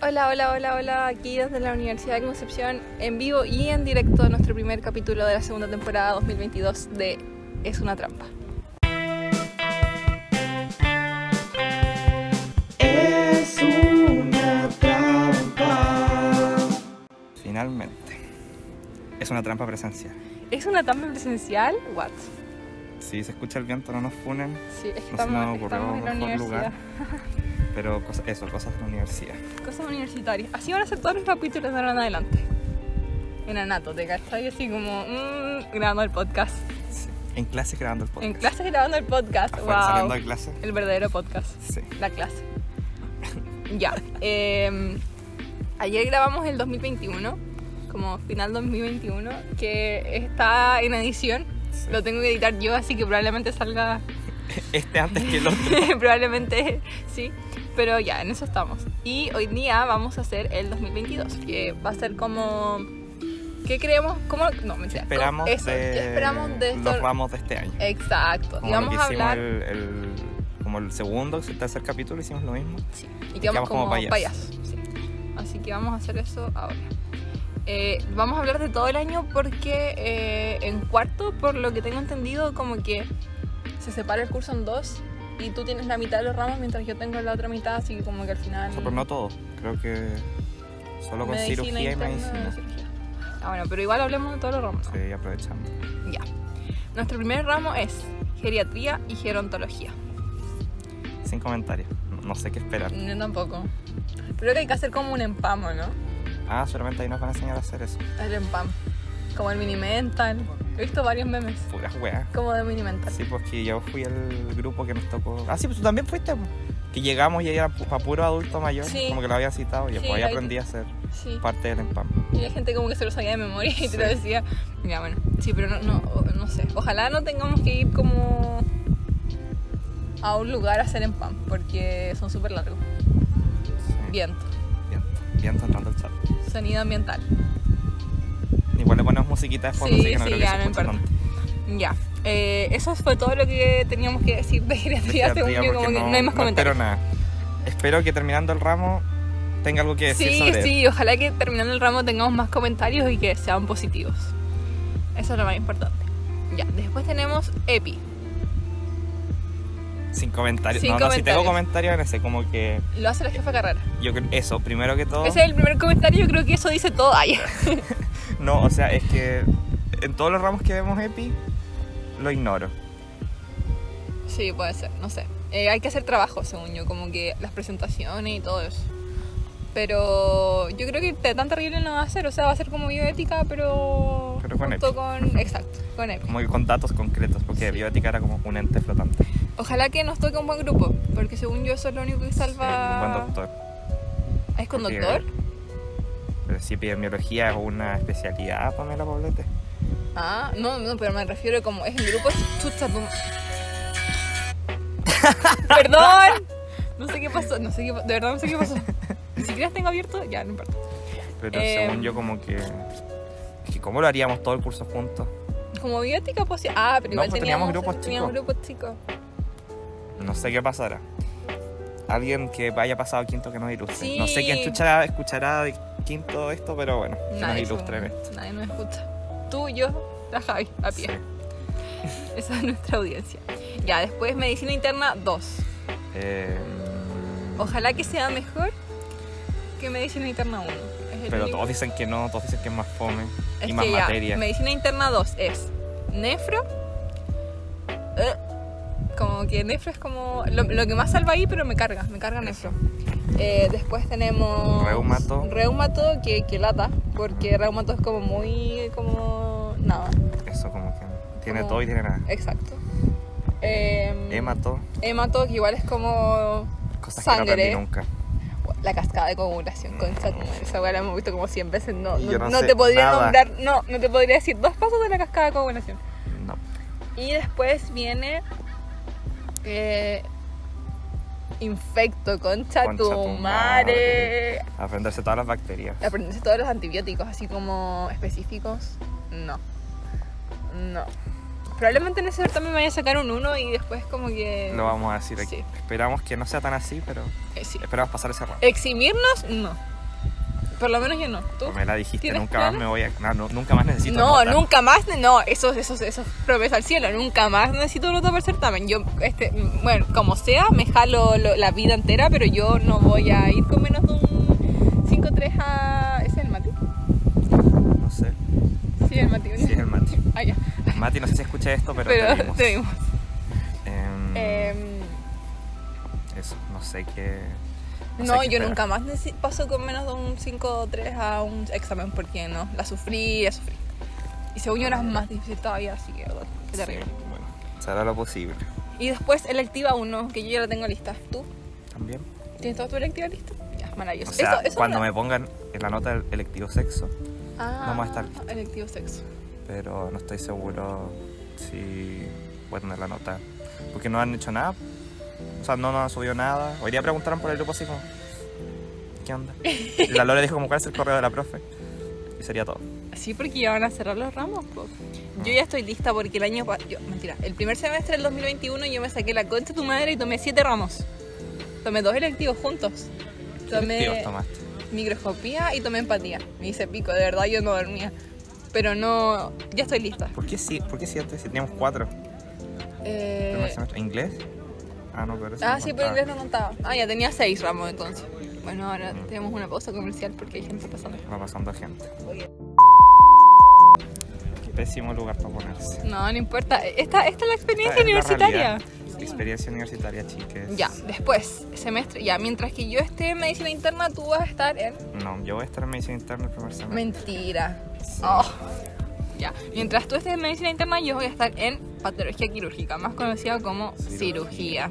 Hola, hola, hola, hola, aquí desde la Universidad de Concepción, en vivo y en directo, nuestro primer capítulo de la segunda temporada 2022 de Es una trampa. Es una trampa. Finalmente. Es una trampa presencia. ¿Es una trampa presencial? What? Si se escucha el viento, no nos funen, Sí, es que No se nos estamos, ocurrió estamos en la mejor universidad. lugar. pero cosa- eso, cosas de la universidad. Cosas universitarias. Así van a ser todos los capítulos de ahora en adelante. En anato, ¿te cachai? Así como mm, grabando el podcast. Sí. En clase grabando el En podcast. clase grabando el podcast. Afuera, wow. saliendo de clase. El verdadero podcast. Sí. La clase. ya. eh, ayer grabamos el 2021, como final 2021, que está en edición. Sí. Lo tengo que editar yo, así que probablemente salga. Este antes que el otro. probablemente sí. Pero ya, en eso estamos. Y hoy día vamos a hacer el 2022, que va a ser como. ¿Qué creemos? ¿Cómo? No, mentira. ¿Cómo- Esperamos eso, de ¿Qué esperamos de esto? los ramos de este año. Exacto. Como Y lo vamos que a hicimos hablar. el, el- como el segundo, el tercer capítulo, hicimos lo mismo. Sí, y quedamos quedamos como, como payasos. payasos. sí. Así que vamos a hacer eso ahora. Eh, vamos a hablar de todo el año porque eh, en cuarto, por lo que tengo entendido, como que se separa el curso en dos y tú tienes la mitad de los ramos mientras yo tengo la otra mitad, así que como que al final... O sea, pero no todo. Creo que solo con medicina cirugía y interna, medicina. cirugía. Ah, bueno, pero igual hablemos de todos los ramos. ¿no? Sí, aprovechando. Ya. Nuestro primer ramo es geriatría y gerontología. Sin comentarios. No- No sé qué esperar. Yo tampoco. Creo que hay que hacer como un empamo, ¿no? Ah, solamente ahí nos van a enseñar a hacer eso. El empam. Como el mini mental. He visto varios memes. Puras weas. Como de mini mental. Sí, pues que yo fui el grupo que nos tocó. Ah, sí, pues tú también fuiste. pues. Que llegamos y era para puro adulto mayor, Sí. como que lo había citado. Y Sí, después ahí ahí- aprendí a ser Sí. parte del empam. Y la gente como que se lo sabía de memoria y te Sí. lo decía. Ya, bueno. Sí, pero no, no, o- no sé. Ojalá no tengamos que ir como a un lugar a hacer empam. Porque son súper largos. Sí. Viento. Viento, viento entrando al chat. Sonido ambiental. Igual le ponemos musiquita de fondo, Sí, así que no sí, creo que ya, se no escuche importa. tanto. Ya. Eh, eso fue todo lo que teníamos que decir de geriatría. Dejé Según yo, arriba porque como que no hay más comentarios. espero nada. Espero que terminando el ramo tenga algo que decir Sí, sobre él. sí, ojalá que terminando el ramo tengamos más comentarios y que sean positivos. Eso es lo más importante. Ya, después tenemos EPI. Sin comentarios. Sin no, no, si tengo comentarios. comentarios, no sé, como que Lo hace la jefa carrera. yo creo eso, primero que todo. Ese es el primer comentario, yo creo que eso dice todo. Ay, No, o sea, es que en todos los ramos que vemos EPI, lo ignoro. Sí, puede ser, no sé. Eh, hay que hacer trabajo, según yo, como que las presentaciones y todo eso. Pero yo creo que te- tan terrible no va a ser, o sea, va a ser como bioética, pero, Pero con junto EPI. con... Exacto, con EPI. como que con datos concretos, porque bioética era como un ente flotante. Ojalá que nos toque un buen grupo, porque según yo eso es lo único que Un buen salva... doctor. Ah, ¿Es con porque- doctor? Pero sí, epidemiología es una especialidad, Pamela Poblete. Ah, no, no, pero me refiero como es el grupo chucha tu- Perdón. No sé qué pasó, no sé qué pa- de verdad no sé qué pasó. Ni siquiera tengo abierto, ya no importa. Pero Eh, según yo, como que. que ¿Cómo lo haríamos todo el curso juntos? Como biótica pues sí. Ah, pero No, igual pues teníamos, teníamos grupos teníamos chicos. grupos chicos. No sé qué pasará. Alguien que haya pasado quinto que nos ilustre. Sí. No sé quién escuchará, escuchará de quinto esto, pero bueno, que nos Nadie, ilustre. según- nadie nos escucha. Tú, yo, la Javi, a pie. Esa es nuestra audiencia. Ya, después medicina interna 2. Eh, Ojalá que sea mejor que medicina interna 1. pero todos dicen que no, todos dicen que es más fome Es y más que ya, materia. Medicina interna 2 es nefro. eh, como que nefro es como lo, lo que más salva ahí, pero me carga, me carga nefro. Eh, después tenemos Reumato. Reumato que, que lata, porque reumato es como muy como nada. Eso, como que tiene Como- todo y tiene nada. Exacto. Em, Hemato, hemato que igual es como cosas que no Sangre. aprendí nunca. la cascada de coagulación con Esa weá la hemos visto como 100 veces. No, Y no, yo no no sé te podría nada. nombrar, no, no te podría decir dos cosas de la cascada de coagulación. No. Y después viene eh, Infecto, concha, Concha tu tu madre. Aprenderse todas las bacterias. Aprenderse todos los antibióticos, así como específicos. No. No. Probablemente en ese certamen me vaya a sacar un 1 y después como que... Lo vamos a decir aquí. sí. Esperamos que no sea tan así, pero Eh, sí. esperamos pasar ese rato. Eximirnos, no. Por lo menos yo no. ¿Tú? Me la dijiste, ¿Tienes nunca planes? más me voy a. no, no, nunca más necesito. No, anotar. nunca más, no, eso, eso, eso es promesa al cielo, nunca más necesito nota para el certamen. Yo, este, bueno, como sea, me jalo lo- la vida entera, pero yo no voy a ir con menos de un 5-3 a... ¿Ese es el Mati? No sé. Sí, el Mati. ¿no? Sí, es el Mati. Ah, ya. Mati, no sé si escucha esto, pero. Pero te vimos. te vimos. Em, Em, Eso, no sé qué. sé no, qué yo esperar. nunca más neci- paso con menos de un 5-3 a un examen, porque no, la sufrí, la sufrí. Y según yo era más difícil todavía, así que, bueno, qué Ah, Sí, terrible. bueno, se hará lo posible. Y después electiva 1, que yo ya la tengo lista. ¿Tú? También. ¿Tienes toda tu electiva lista? Ya, maravilloso. O sea, eso, eso cuando no- me pongan en la nota el electivo sexo, Ah, vamos a estar listos. Electivo sexo. pero no estoy seguro si voy a tener la nota. Porque no han hecho nada. O sea, no nos han subido nada. Hoy día preguntaron por el grupo así como, ¿qué onda? Y la Lore dijo como, ¿cuál es el correo de la profe? Y sería todo. Sí, porque ya van a cerrar los ramos. po. Yo ya estoy lista porque el año pa- yo, mentira, el primer semestre del 2021 yo me saqué la concha de tu madre y tomé siete ramos. Tomé dos electivos juntos. Electivos Tomé tomaste. microscopía y tomé empatía. Me hice pico, de verdad yo no dormía. Pero no, ya estoy lista. ¿Por qué, si, ¿Por qué siete? Si teníamos cuatro. Eh, Primer semestre. ¿Inglés? Ah, no, pero eso ah, no sí, pero contaba. inglés no contaba. Ah, ya tenía seis ramos entonces. Bueno, ahora tenemos una pausa comercial porque hay gente pasando. Va pasando gente. Qué pésimo lugar para ponerse. No, no importa. Esta, esta es la experiencia Esta es la universitaria. realidad. Experiencia universitaria, chiques. Ya, después, semestre. Ya, mientras que yo esté en medicina interna, tú vas a estar en. No, yo voy a estar en medicina interna el primer semestre. Mentira. Sí. Oh. Ya, mientras tú estés en medicina interna, yo voy a estar en patología quirúrgica, más conocida como cirugía. Cirugía.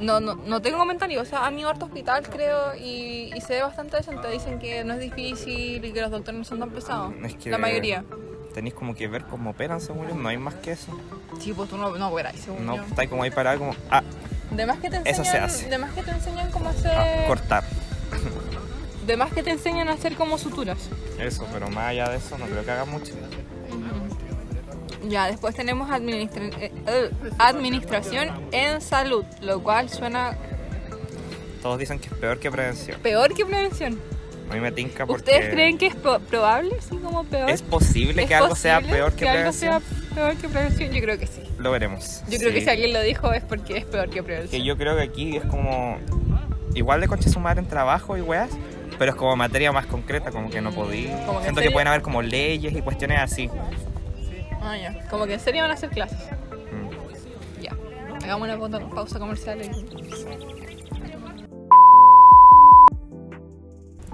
No, no, no tengo comentario, o sea, han ido a harto hospital, creo, y, y se ve bastante decente. Dicen que no es difícil y que los doctores no son tan pesados. Es que- eh, La mayoría. Tenéis como que ver cómo operan, según yo. No hay más que eso. Sí, pues tú no, no verás, según No, yo. estáis como ahí parados, como. Ah, De más que te enseñan, Eso se hace. De más que te enseñan cómo ah, hacer. cortar. de más que te enseñan a hacer como suturas. Eso, pero más allá de eso, no creo que haga mucho. Ya, después tenemos administra- eh, eh, administración en salud, lo cual suena Todos dicen que es peor que prevención. peor que prevención. A mí me tinca porque. ¿Ustedes creen que es po- probable, sí, como peor? es posible ¿Es que algo sea posible peor que, algo prevención? sea peor que prevención? Yo creo que sí. Lo veremos. Yo creo que Sí. si alguien lo dijo es porque es peor que Que prevención. yo creo que aquí es como. Igual de concha su madre en trabajo y weas, pero es como materia más concreta, como que no podí. Como que en Siento que serio. pueden haber como leyes y cuestiones así. Ah, ya. Como que en serio van a hacer clases. Mm. Ya. Hagamos una pausa- pausa comercial. y-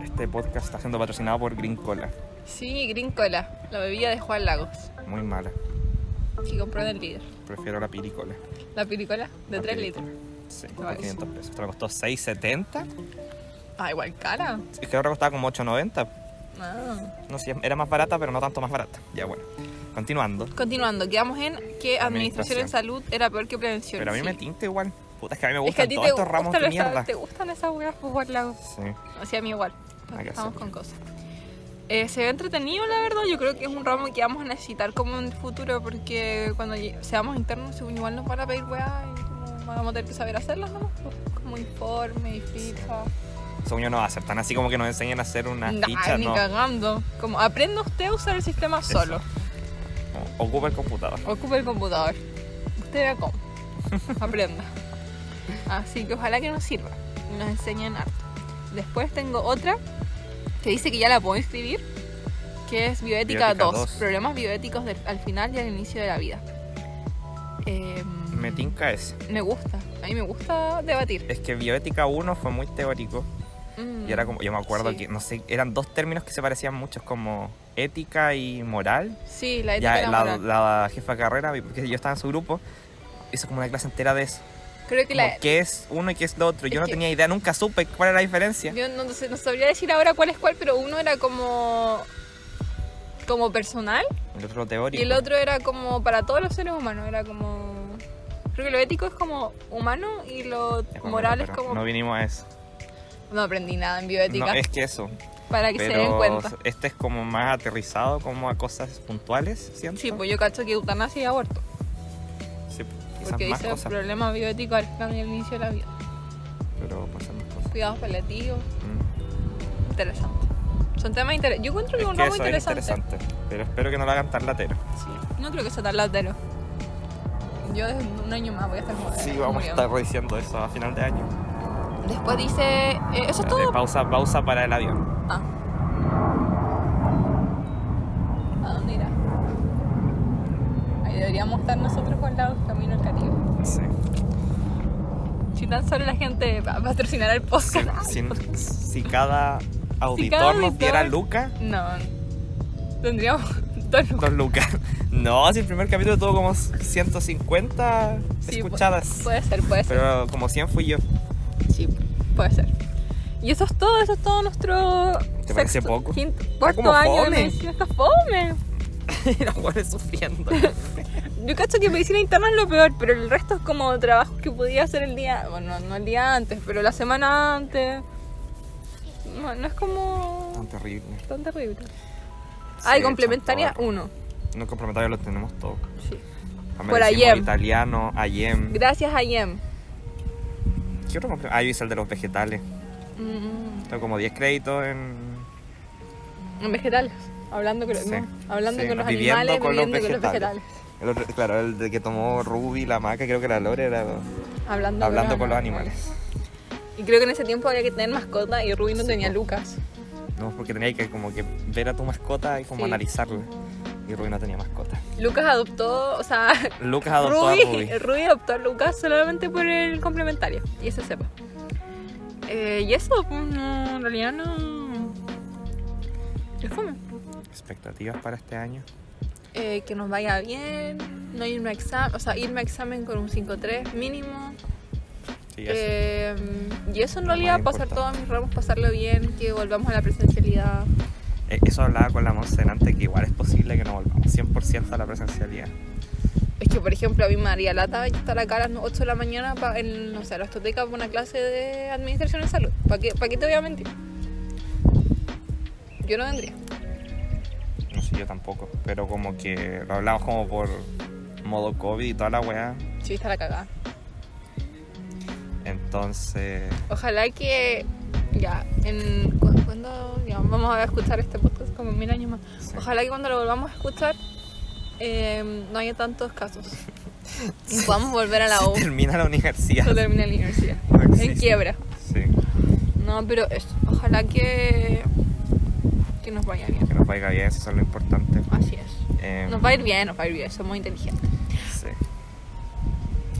Este podcast está siendo patrocinado por Green Cola. Sí, Green Cola, la bebida de Juan Lagos, Muy mala. que compró del líder. Prefiero la piricola. La piricola de La 3 litros. Piricola. Sí, Ay. por 500 pesos. Te costó 6.70. Ah, igual cara. Es que ahora costaba como 8.90. Ah. No sé, era más barata, pero no tanto más barata. Ya bueno. Continuando. Continuando, quedamos en que administración en Administración. salud era peor que prevención. Pero a mí sí. me tinta igual. Puta, es que a mí me Es que gustan a ti todos te, estos ramos gustan de esas- mierda. te gustan esas weas, pues guarda. Sí. O sea, a mí igual. Hay que Estamos hacerlo. con cosas. Eh, se ve entretenido, la verdad. Yo creo que es un ramo que vamos a necesitar como en el futuro, porque cuando lle- seamos internos, según igual nos van a pedir weas y como vamos a tener que saber hacerlas, ¿no? Como informe y ficha. Según yo no va a ser tan así como que nos enseñen a hacer una Nah, ficha, ni no. cagando. Como aprenda usted a usar el sistema Eso. solo. O- Ocupa el computador. Ocupe el computador. Usted vea cómo. Aprenda. Así que ojalá que nos sirva. y Nos enseñen harto. Después tengo otra que dice que ya la puedo escribir, que es bioética, Bioética 2, 2. Problemas bioéticos del- al final y al inicio de la vida. Em, Me tinca ese. Me gusta. A mí me gusta debatir. Es que Bioética 1 fue muy teórico. Mm. Y era como, yo me acuerdo Sí. que, no sé, eran dos términos que se parecían mucho, como ética y moral. Sí, la ética Ya la, laboral. la jefa de carrera, porque yo estaba en su grupo, hizo como una clase entera de eso. Creo que Como la... qué es uno y qué es lo otro. Yo Es no que- tenía idea, nunca supe cuál era la diferencia. Yo no, sé- no sabría decir ahora cuál es cuál, pero uno era como... Como personal El otro lo teórico. Y el otro era como para todos los seres humanos, era como... Creo que lo ético es como humano y lo Ya, pues, moral bueno, es pero como... No vinimos a eso. No aprendí nada en No, bioética. es que eso. para que se den Pero cuenta. este es como más aterrizado, como a cosas puntuales, ¿siento? Sí, pues yo cacho que eutanasia y aborto. Sí, pues, quizás Porque más dice cosas, problemas bioéticos al inicio de la vida. pero pasan más cosas. Cuidados paliativos, Mm. interesante. Son temas interesantes. Yo encuentro que es Es un que ramo eso es interesante. interesante, pero espero que no lo hagan tan latero. Sí. No creo que sea tan latero. Yo desde un año más voy a estar moderna, Sí, vamos muy a bien. estar diciendo eso a final de año. Después dice. eh, eso es Espérate, todo. pausa, pausa para el avión. Ah. ¿A dónde irá? Ah, Ahí deberíamos estar nosotros con la camino al Caribe. Sí. Si tan solo la gente va a patrocinar el podcast. Si, si cada auditor auditor- nos diera lucas, No. Tendríamos dos lucas. dos lucas. No, si el primer capítulo tuvo como 150 Sí, pu- escuchadas. Puede ser, puede ser. Pero como 100 fui yo. Sí, puede ser. Y eso es todo, eso es todo nuestro. ¿Te parece poco? Quinto, como cuarto año de fome. medicina. Está fome. Y los hueones sufriendo. Yo cacho que medicina interna es lo peor, pero el resto es como trabajos que podía hacer el día, bueno, no el día antes, pero la semana antes. No, no es como Tan terrible. tan terrible. Ay, complementaria uno. 1. No complementaria lo tenemos todo. Sí. También Por decimos Ayem. Italiano, Ayem. Mm. Gracias a Yem. ¿Qué otro complementario? Ah, yo hice el de los vegetales. Mm, Tengo como 10 créditos en. en vegetales. Hablando con, Sí, no, hablando sí, con los viviendo animales, con los viviendo con los vegetales. vegetales. el otro- claro, el de que tomó Ruby, la maca, creo que la Lore era. Hablando, Hablando con los animales. Y creo que en ese tiempo había que tener mascota y Rubí no Sí, tenía po. Lucas. No, porque tenía que como que ver a tu mascota y como Sí. analizarla. Y Ruby no tenía mascota. Lucas adoptó, o sea, Lucas adoptó a Ruby, Ruby. Ruby adoptó a Lucas solamente por el complementario. Y eso sepa. Eh, y eso, pues, no, en realidad no. Es fome. Expectativas para este año. Eh, que nos vaya bien, no irme a examen, o sea, irme a examen con un 5-3 mínimo. Sí, eso. Eh, y eso en Lo realidad, más pasar importante. todos mis ramos, pasarlo bien, que volvamos a la presencialidad. Eh, Eso hablaba con la Monse antes, que igual es posible que no volvamos 100% a la presencialidad. Es que, por ejemplo, a mí me haría lata estar acá a las 8 de la mañana pa- en, no sé, la biblioteca para una clase de administración de salud. ¿Para qué, pa' qué te voy a mentir? Yo no vendría. No sé, yo tampoco. Pero como que lo hablamos como por modo COVID y toda la weá. Sí, está la cagada. Entonces, Ojalá que ya, en, cu- cuando ya, vamos a escuchar este podcast como en mil años más. sí. Ojalá que cuando lo volvamos a escuchar eh, no haya tantos casos. Y podamos volver a la Se U. termina la Yo universidad. terminé la universidad. No existe. En quiebra. Sí, No, pero eso. Ojalá que, que nos vaya bien. que nos vaya bien, eso es lo importante. Así es. Em, Nos va a ir bien, nos va a ir bien, somos inteligentes. Sí.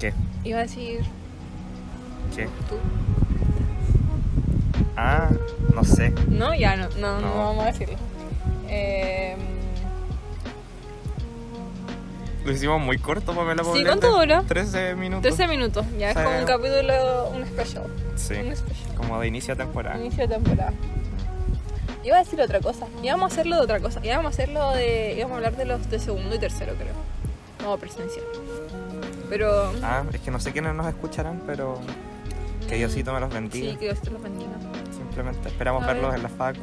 ¿Qué? Iba a decir ¿Qué? tú. Ah, no sé. No, ya no, no, no, No. vamos a decirlo. Eh, Lo hicimos muy corto para ver la Sí, ¿cuánto duró? 13 minutos. 13 minutos, ya es Sí. como un capítulo, un especial. Un Sí, especial. como de inicio de temporada. Inicio de temporada. Iba a decir otra cosa, íbamos a hacerlo de otra cosa, íbamos a hacerlo de. íbamos a hablar de los de segundo y tercero, creo. Como presencial. Pero. Ah, es que no sé quiénes nos escucharán, pero que Diosito me los bendiga. Sí, que Dios te lo bendiga. Simplemente esperamos A ver. verlos en la facu.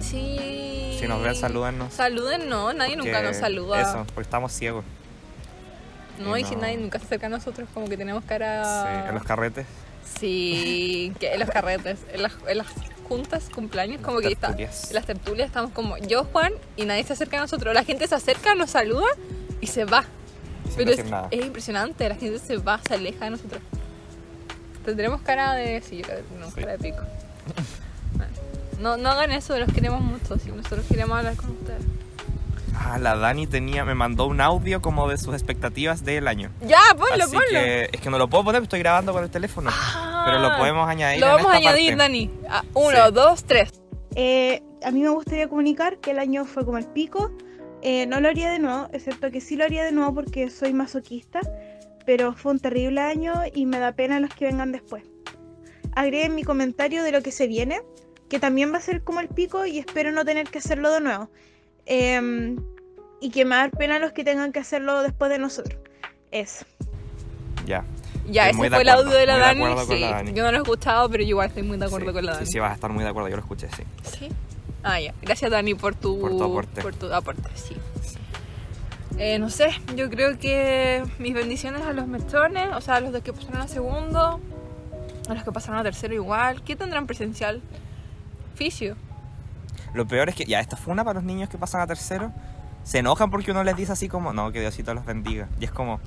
Sí. Si nos ven, salúdennos. Saluden, no, nadie nunca porque nos saluda. Eso, porque estamos ciegos. No, Y y si no. nadie nunca se acerca a nosotros, como que tenemos Sí, cara. en los carretes. Sí, que en los carretes, en las, en las juntas, cumpleaños, como que está. Tertulias. En las tertulias estamos como yo, Juan, y nadie se acerca a nosotros. La gente se acerca, nos saluda y se va. sin Pero es, eh. decir nada. es impresionante, la gente se va, se aleja de nosotros. Tendremos cara de. Sí, yo creo que tenemos Sí. cara de pico. Bueno, No, no hagan eso, los queremos mucho. Si nosotros queremos hablar con ustedes. Ah, la Dani tenía, me mandó un audio como de sus expectativas del año. Ya, ponlo, Así ponlo. Ah. que es que no lo puedo poner, estoy grabando con el teléfono. Pero lo podemos añadir. Lo en vamos a esta añadir, parte. Dani. Ah, uno, Sí. dos, tres. Eh, a mí me gustaría comunicar que el año fue como el pico. Eh, no lo haría de nuevo, excepto que sí lo haría de nuevo porque soy masoquista. Pero fue un terrible año y me da pena los que vengan después. Agreguen mi comentario de lo que se viene, que también va a ser como el pico y espero no tener que hacerlo de nuevo. Em, y que me da pena los que tengan que hacerlo después de nosotros. Eso. Ya. Ya, Estoy ese muy de fue el acuerdo, audio de la muy de Dani. acuerdo con sí. la Dani. Yo no lo he escuchado, pero yo igual estoy muy de acuerdo sí, con la Dani. Sí, sí, vas a estar muy de acuerdo, yo lo escuché, sí. Sí. Ah, ya. Gracias, Dani, por tu, Por tu aporte. por tu aporte, sí. Eh, no sé, yo creo que mis bendiciones a los mechones, o sea, a los dos que pasaron a segundo, a los que pasaron a tercero igual. ¿Qué tendrán presencial? Fisio. Lo peor es que, ya, esta fue una para los niños que pasan a tercero. Se enojan porque uno les dice así como, no, que Diosito los bendiga. Y es como,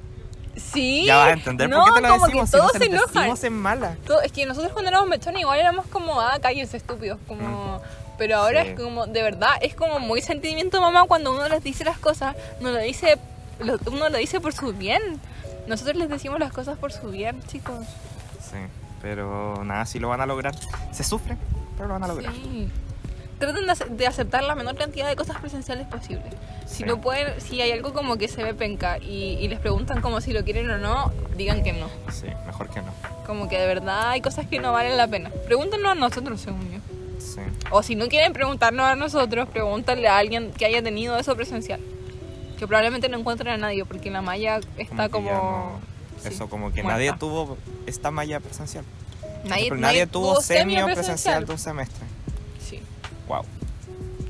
Sí. ya vas a entender no, por qué te lo como que decimos. si no todos se se lo enojan. decimos en mala. Todo- es que nosotros cuando éramos mechones igual éramos como, ah, cállense estúpidos, como... Pero ahora Mm. Sí. es como, de verdad, es como muy sentimiento mamá cuando uno les dice las cosas, no lo dice, lo- uno lo dice por su bien. Nosotros les decimos las cosas por su bien, chicos. Sí, pero nada, si lo van a lograr. Se sufren, pero lo van a lograr. Sí. Traten de, ace- de aceptar la menor cantidad de cosas presenciales posible. Si Sí. no pueden, si hay algo como que se ve penca y, y les preguntan como si lo quieren o no, digan que no. Sí, mejor que no. Como que de verdad hay cosas que no valen la pena. Pregúntenos a nosotros, según yo. Sí, O si no quieren preguntarnos a nosotros, pregúntale a alguien que haya tenido eso presencial. Que probablemente no encuentren a nadie porque la malla está que como... ya no- sí, Eso, como que muerta. nadie tuvo esta malla presencial. Nadie, Pero nadie tuvo semio presencial. presencial de un semestre. Sí. Wow.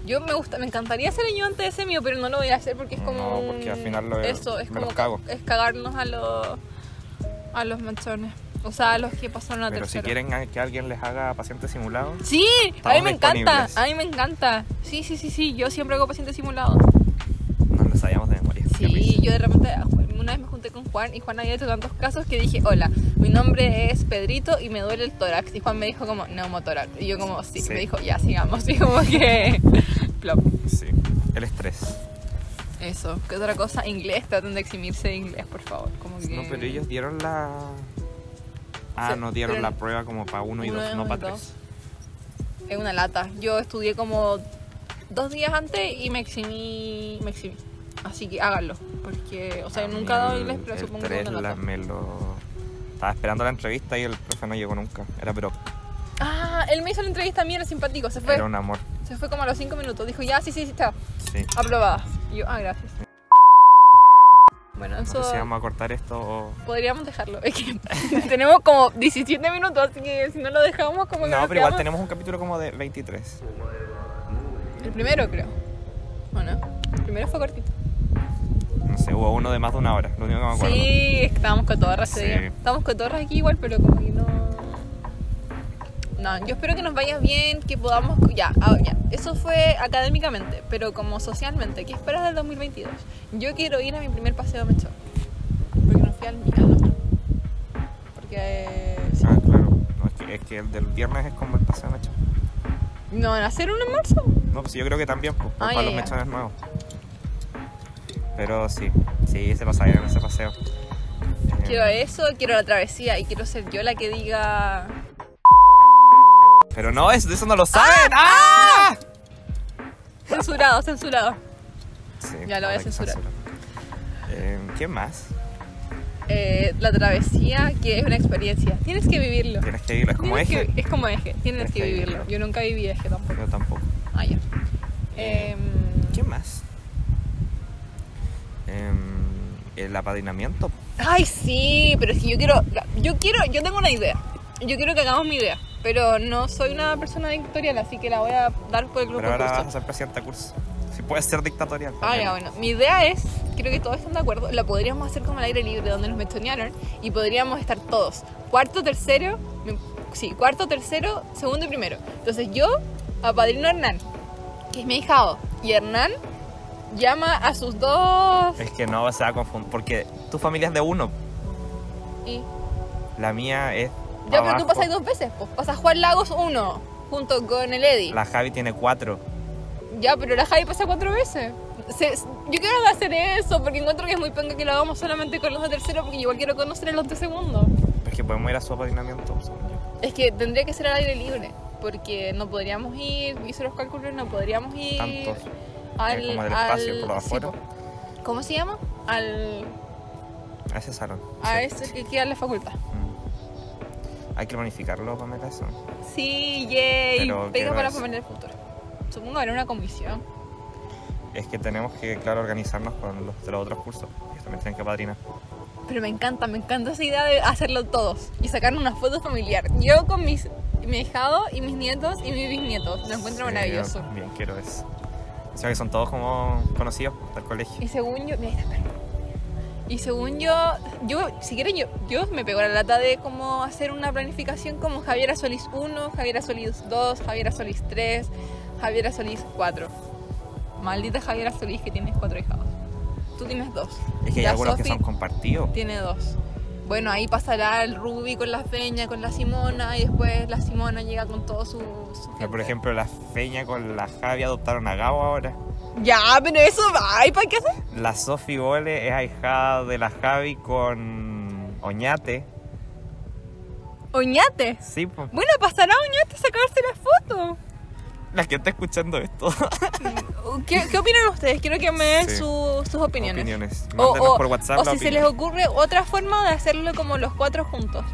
Yo me gusta, me encantaría hacer el año antes de ese mío, pero no lo voy a hacer porque es como. No, porque al un- final lo- Eso, es me como. los cago. Es cagarnos a los. a los mechones. O sea, a los que pasaron a Pero si tercero. quieren a- que alguien les haga paciente simulado, Sí, a mí Estamos me encanta, disponibles. a mí me encanta. Sí, sí, sí, sí, yo siempre hago paciente simulado. no lo sabíamos de memoria. Sí, Qué risa. yo de repente, una vez me junté con Juan y Juan había hecho tantos casos que dije, hola, mi nombre es Pedrito y me duele el tórax. Y Juan me dijo como, neumotórax. Y yo como, sí. Sí. Me dijo, ya, sigamos. Y como que... plop. Sí, el estrés. Eso, ¿qué otra cosa? Inglés, traten de eximirse de inglés, por favor. Como que... No, pero ellos dieron la. Ah, Sí, no dieron pero- la prueba como para uno y Uno dos, y no para dos. tres. Es una lata. Yo estudié como dos días antes y me eximí. Me eximí. Así que háganlo. Porque, o sea, A yo mí nunca he dado inglés, el- pero Ah, el supongo que es tres una la- lata. me lo. Estaba esperando la entrevista y el profe no llegó nunca. Era pero Ah, él me hizo la entrevista a mí, era simpático. Se fue. era un amor. Se fue como a los cinco minutos. Dijo, ya, sí, sí, sí, está. Sí. Aprobada. Y yo, ah, gracias. Bueno, No sé eso si vamos a cortar esto o. podríamos dejarlo. Es que tenemos como 17 minutos, así que si no lo dejamos, como que No, nos pero igual quedamos- tenemos un capítulo como de 23. El primero, creo. Bueno, el primero fue cortito. No sé, hubo uno de más de una hora. Lo único que me acuerdo. Sí, estábamos cotorras ese Sí. día. Estábamos cotorras aquí igual, pero como que no. No, yo espero que nos vaya bien, que podamos. Ya, ah, ya. Eso fue académicamente, pero como socialmente, ¿qué esperas del 2022? Yo quiero ir a mi primer paseo mechón. Porque no fui al mío. Porque. eh, sí. Ah, claro. No, es, que, es que el del viernes es como el paseo de mechones. No, van a hacer uno en marzo. No, pues yo creo que también, pues, Ah, para ya, los ya. mechones nuevos. Pero sí, sí, se pasa bien ese paseo. Eh, Quiero eso, quiero la travesía y quiero ser yo la que diga. Pero no, eso, eso no lo saben. ¡Ah! Censurado, censurado. Sí, Ya lo voy a hay que censurar. censurar. Eh, ¿Qué más? eh, la travesía, que es una experiencia. Tienes que vivirlo. Tienes que ir, es como Tienes que- eje. es como eje, tienes Tienes que que vivirlo. vivirlo. Yo nunca viví eje tampoco. Yo tampoco. Ah, ya. Em, ¿Qué más? Em, el apadrinamiento. Ay, sí, pero es que yo quiero, yo quiero, yo tengo una idea. Yo quiero que hagamos mi idea, pero no soy una persona dictatorial, así que la voy a dar por el grupo Pero ahora curso. vas a ser presidente de curso. Si puedes ser dictatorial. Ah, ya, también. bueno. Mi idea es, creo que todos están de acuerdo, la podríamos hacer como al aire libre, donde nos metonearon y podríamos estar todos. Cuarto, tercero, mi- sí, cuarto, tercero, segundo y primero. Entonces yo apadrino a Hernán, que es mi hijado, y Hernán llama a sus dos... Es que no se va a confundir. Porque tu familia es de uno. Y... La mía es. Ya, pero tú abajo. pasas dos veces, pues pasa Juan Lagos uno, junto con el Eddy. La Javi tiene cuatro. Ya, pero la Javi pasa cuatro veces. Se- yo quiero hacer eso, porque encuentro que es muy penca que lo hagamos solamente con los de tercero, porque igual quiero conocer a los de segundo. Es que podemos ir a su apadrinamiento. según yo. Es que tendría que ser al aire libre, porque no podríamos ir, hice los cálculos, no podríamos ir Tantos. eh, al... como del al- espacio, por sí, afuera. po. ¿Cómo se llama? Al... A ese salón. A Sí. ese que queda en la facultad. Mm. Hay que planificarlo, Pamela, eso. Sí, yay, Pero pega quiero para eso. poner el futuro. Supongo que habrá una comisión. Es que tenemos que, claro, organizarnos con los de los otros cursos. Ellos también tienen que apadrinar. Pero me encanta, me encanta esa idea de hacerlo todos y sacar una foto familiar. Yo con mis y mi hijado y mis nietos y mis bisnietos. Lo encuentro Sí, maravilloso. yo Eh, Bien, quiero eso. O sea que son todos como conocidos del colegio. Y según yo, mira, esta perra. y según yo, yo, si quieren, yo, yo me pego la lata de cómo hacer una planificación como Javiera Solís 1, Javiera Solís 2, Javiera Solís 3, Javiera Solís 4. Maldita Javiera Solís que tienes cuatro hijados. Tú tienes dos. Es que hay Ya algunos que Sofi son compartidos. Tiene dos. Bueno, ahí pasará el Ruby con la Feña, con la Simona, y después la Simona llega con todo su. su O sea, por gente. ejemplo, la Feña con la Javi adoptaron a Gabo ahora. Ya, pero eso va, ¿y para qué hacer? La Sofi Gole es ahijada de la Javi con Oñate. Oñate. Sí, pues. Bueno, pasará Oñate a sacarse la foto. La que está escuchando esto. ¿Qué, qué opinan ustedes? Quiero que me den Sí. su- sus opiniones. Opiniones. O, Mándenos o- por WhatsApp o la si se opinión. les ocurre otra forma de hacerlo como los cuatro juntos.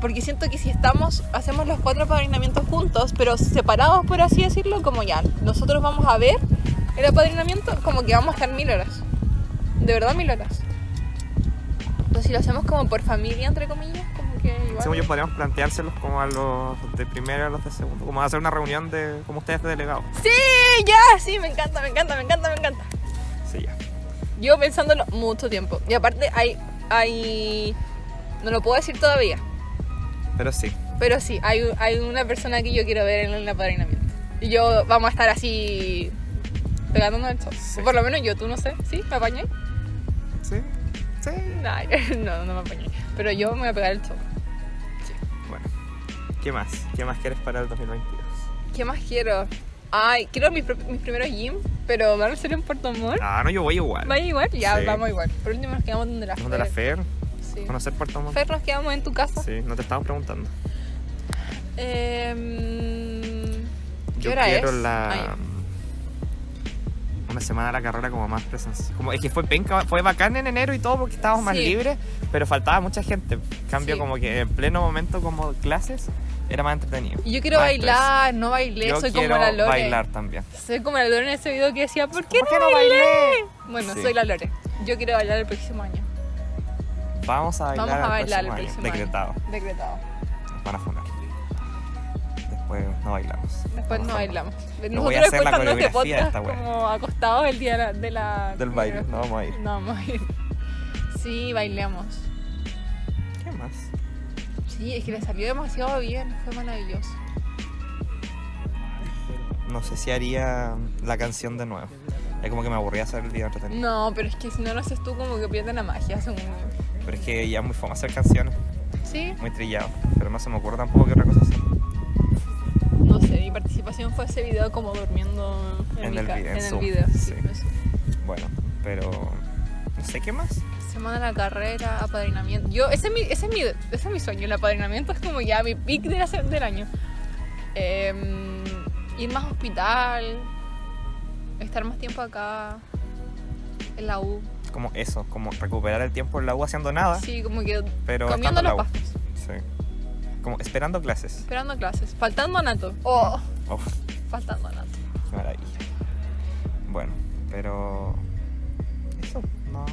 Porque siento que si estamos, hacemos los cuatro apadrinamientos juntos, pero separados, por así decirlo, como ya, nosotros vamos a ver el apadrinamiento, como que vamos a estar mil horas. De verdad, mil horas. Entonces, si lo hacemos como por familia, entre comillas, como que igual. Según yo, podríamos planteárselos como a los de primero y a los de segundo. Como hacer una reunión de como ustedes de delegados. Sí, ya, sí, me encanta, me encanta, me encanta, me encanta. Sí, ya. Yo pensándolo mucho tiempo. Y aparte hay, hay... No lo puedo decir todavía. Pero sí. Pero sí, hay, hay una persona que yo quiero ver en el apadrinamiento. Y yo vamos a estar así pegándonos el sol. Sí. O por lo menos yo, tú no sé. ¿Sí? ¿Me apañé? Sí. Sí. Nah, no, no me apañé. Pero yo me voy a pegar el sol. Bueno. ¿Qué más? ¿Qué más quieres para el 2022? ¿Qué más quiero? Ay, quiero mis, pro- mis primeros gym, pero van a ser en Puerto Montt. Ah, no, yo voy igual. ¿Vaya igual? Ya, Sí. vamos igual. Por último nos quedamos donde la ¿Dónde la Fer? Sí. ¿Conocer Puerto Montt? Fer, nos quedamos en tu casa. Sí, no te estamos preguntando. Em, ¿Qué Yo hora quiero es? la. Ah, Una semana de la carrera como más presencial. Como, es que fue penca, fue bacán en enero y todo porque estábamos más Sí. libres, pero faltaba mucha gente. En Cambio Sí. como que en pleno momento como clases era más entretenido. Y Yo quiero Más bailar, no bailé, estrés. Yo soy quiero como la Lore. bailar también. Soy como la Lore en ese video que decía, ¿por qué, ¿Por no, bailé? Bueno, Sí. soy la Lore. Yo quiero bailar el próximo año. Vamos a bailar, Vamos a al bailar el próximo año. próximo año. Decretado. Decretado. Nos van a funar. Después no bailamos. Después Vamos no a- bailamos. voy a Nosotros hacer la escuchando este coreografía de podcast esta wea. como acostados el día de la- de la... Del baile, no vamos a ir. No, vamos a ir. Sí, bailemos. ¿Qué más? Sí, es que le salió demasiado bien, fue maravilloso. No sé si haría la canción de nuevo. Es como que me aburría hacer el video entretenido. No, pero es que si no lo haces tú como que pierden la magia. según yo. Pero es que ya es muy fome hacer canciones, Sí, muy trillado. Pero no se me ocurre tampoco que otra cosa hacer. No sé, mi participación fue ese video como durmiendo en, En mi el ca- vi- en en el Zoom, video. sí, sí. eso. Bueno, pero no sé qué más. Semana de la carrera, apadrinamiento. Yo, ese es mi, ese es mi, ese es mi sueño, el apadrinamiento es como ya mi pick de la se- del año. Em, ir más a hospital, estar más tiempo acá, en la U. Como eso, como recuperar el tiempo en la U haciendo nada, Sí, como que pero comiendo estando en los la U. pastos, Sí. Como esperando clases. esperando clases, faltando a Nato. Oh, Uf, faltando a Nato. qué maravilla. Bueno, pero eso, no.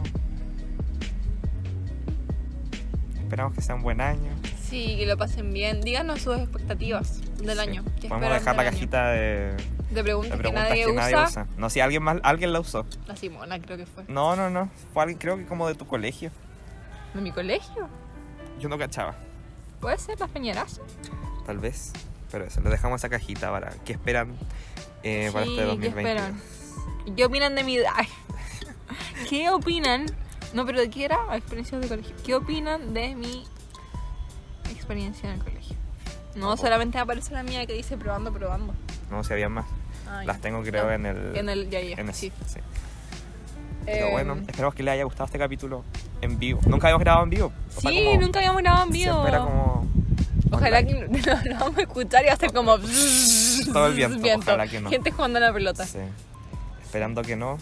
Esperamos que sea un buen año. Sí, que lo pasen bien. Díganos sus expectativas del Sí. año. ¿Qué esperan Podemos dejar la del año? cajita de, de de preguntas, preguntas que nadie, usa. nadie usa. No, si alguien más, alguien la usó. La Simona creo que fue. No, no, no. Fue alguien, creo que como de tu colegio. ¿De mi colegio? Yo no cachaba. ¿Puede ser la peñerazo? Tal vez. Pero eso, le dejamos esa cajita para que esperan eh, para Sí, este ¿qué 2020. esperan? ¿Qué opinan de mi edad? ¿Qué opinan? No, pero ¿de qué era? Ah, Experiencias de colegio. ¿Qué opinan de mi experiencia en el colegio? No, No, po. solamente aparece la mía que dice probando, probando. No, si había más. Ay, Las tengo creo ya. en el... En el ya, ya, en el- sí. sí. Pero Eh, bueno, esperamos que les haya gustado este capítulo en vivo. Nunca habíamos grabado en vivo. O sea, Sí, como- nunca habíamos grabado en vivo. Siempre era como... Ojalá online. que no- lo vamos a escuchar y va a ser como... Todo el viento, ojalá que no. Gente jugando a la pelota. Sí. Esperando que no.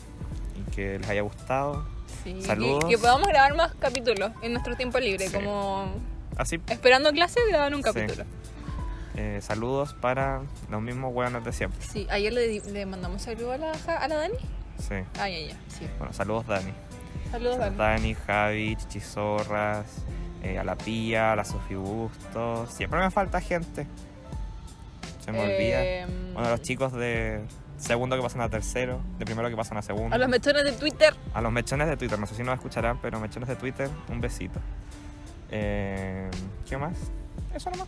Y que les haya gustado. Sí, Saludos. Que, que podamos grabar más capítulos en nuestro tiempo libre, Sí. como Así, esperando clase grabar un Sí. capítulo. Ah, eh, saludos para los mismos hueones de siempre. Sí, ayer le, di- le mandamos saludo a la, Ja- a la Dani. Sí. Ah, ya, ya, sí. Bueno, saludos Dani. Saludos, Dani. Dani, Javi, Chichizorras, eh, a la Pía, a la Sofi Bustos. Siempre me falta gente. Se me olvida. Em, Bueno, los chicos de segundo que pasan a tercero, de primero que pasan a segundo. A los mechones de Twitter. A los mechones de Twitter, no sé si nos escucharán, pero mechones de Twitter, un besito. Eh, ¿Qué más? Eso nomás.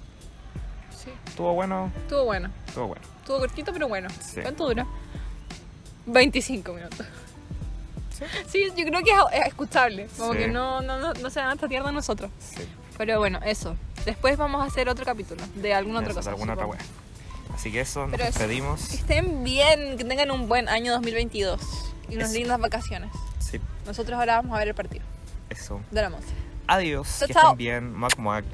Sí, Estuvo bueno, estuvo bueno. estuvo bueno. Estuvo cortito, pero bueno. Sí. ¿Cuánto duró? 25 minutos. Sí. Sí, yo creo que es es escuchable. Como Sí. que no, no, no, no se van a tierra de nosotros. Sí. Pero bueno, eso. Después vamos a hacer otro capítulo de alguna otra Eso, de cosa. alguna otra supongo. wea. Así que eso, nos Pero eso. despedimos. Que estén bien, que tengan un buen año 2022 y unas Eso. lindas vacaciones. Sí, Nosotros ahora vamos a ver el partido eso. de la Monza. Adiós. Chao, que chao. estén bien. Mac, mac.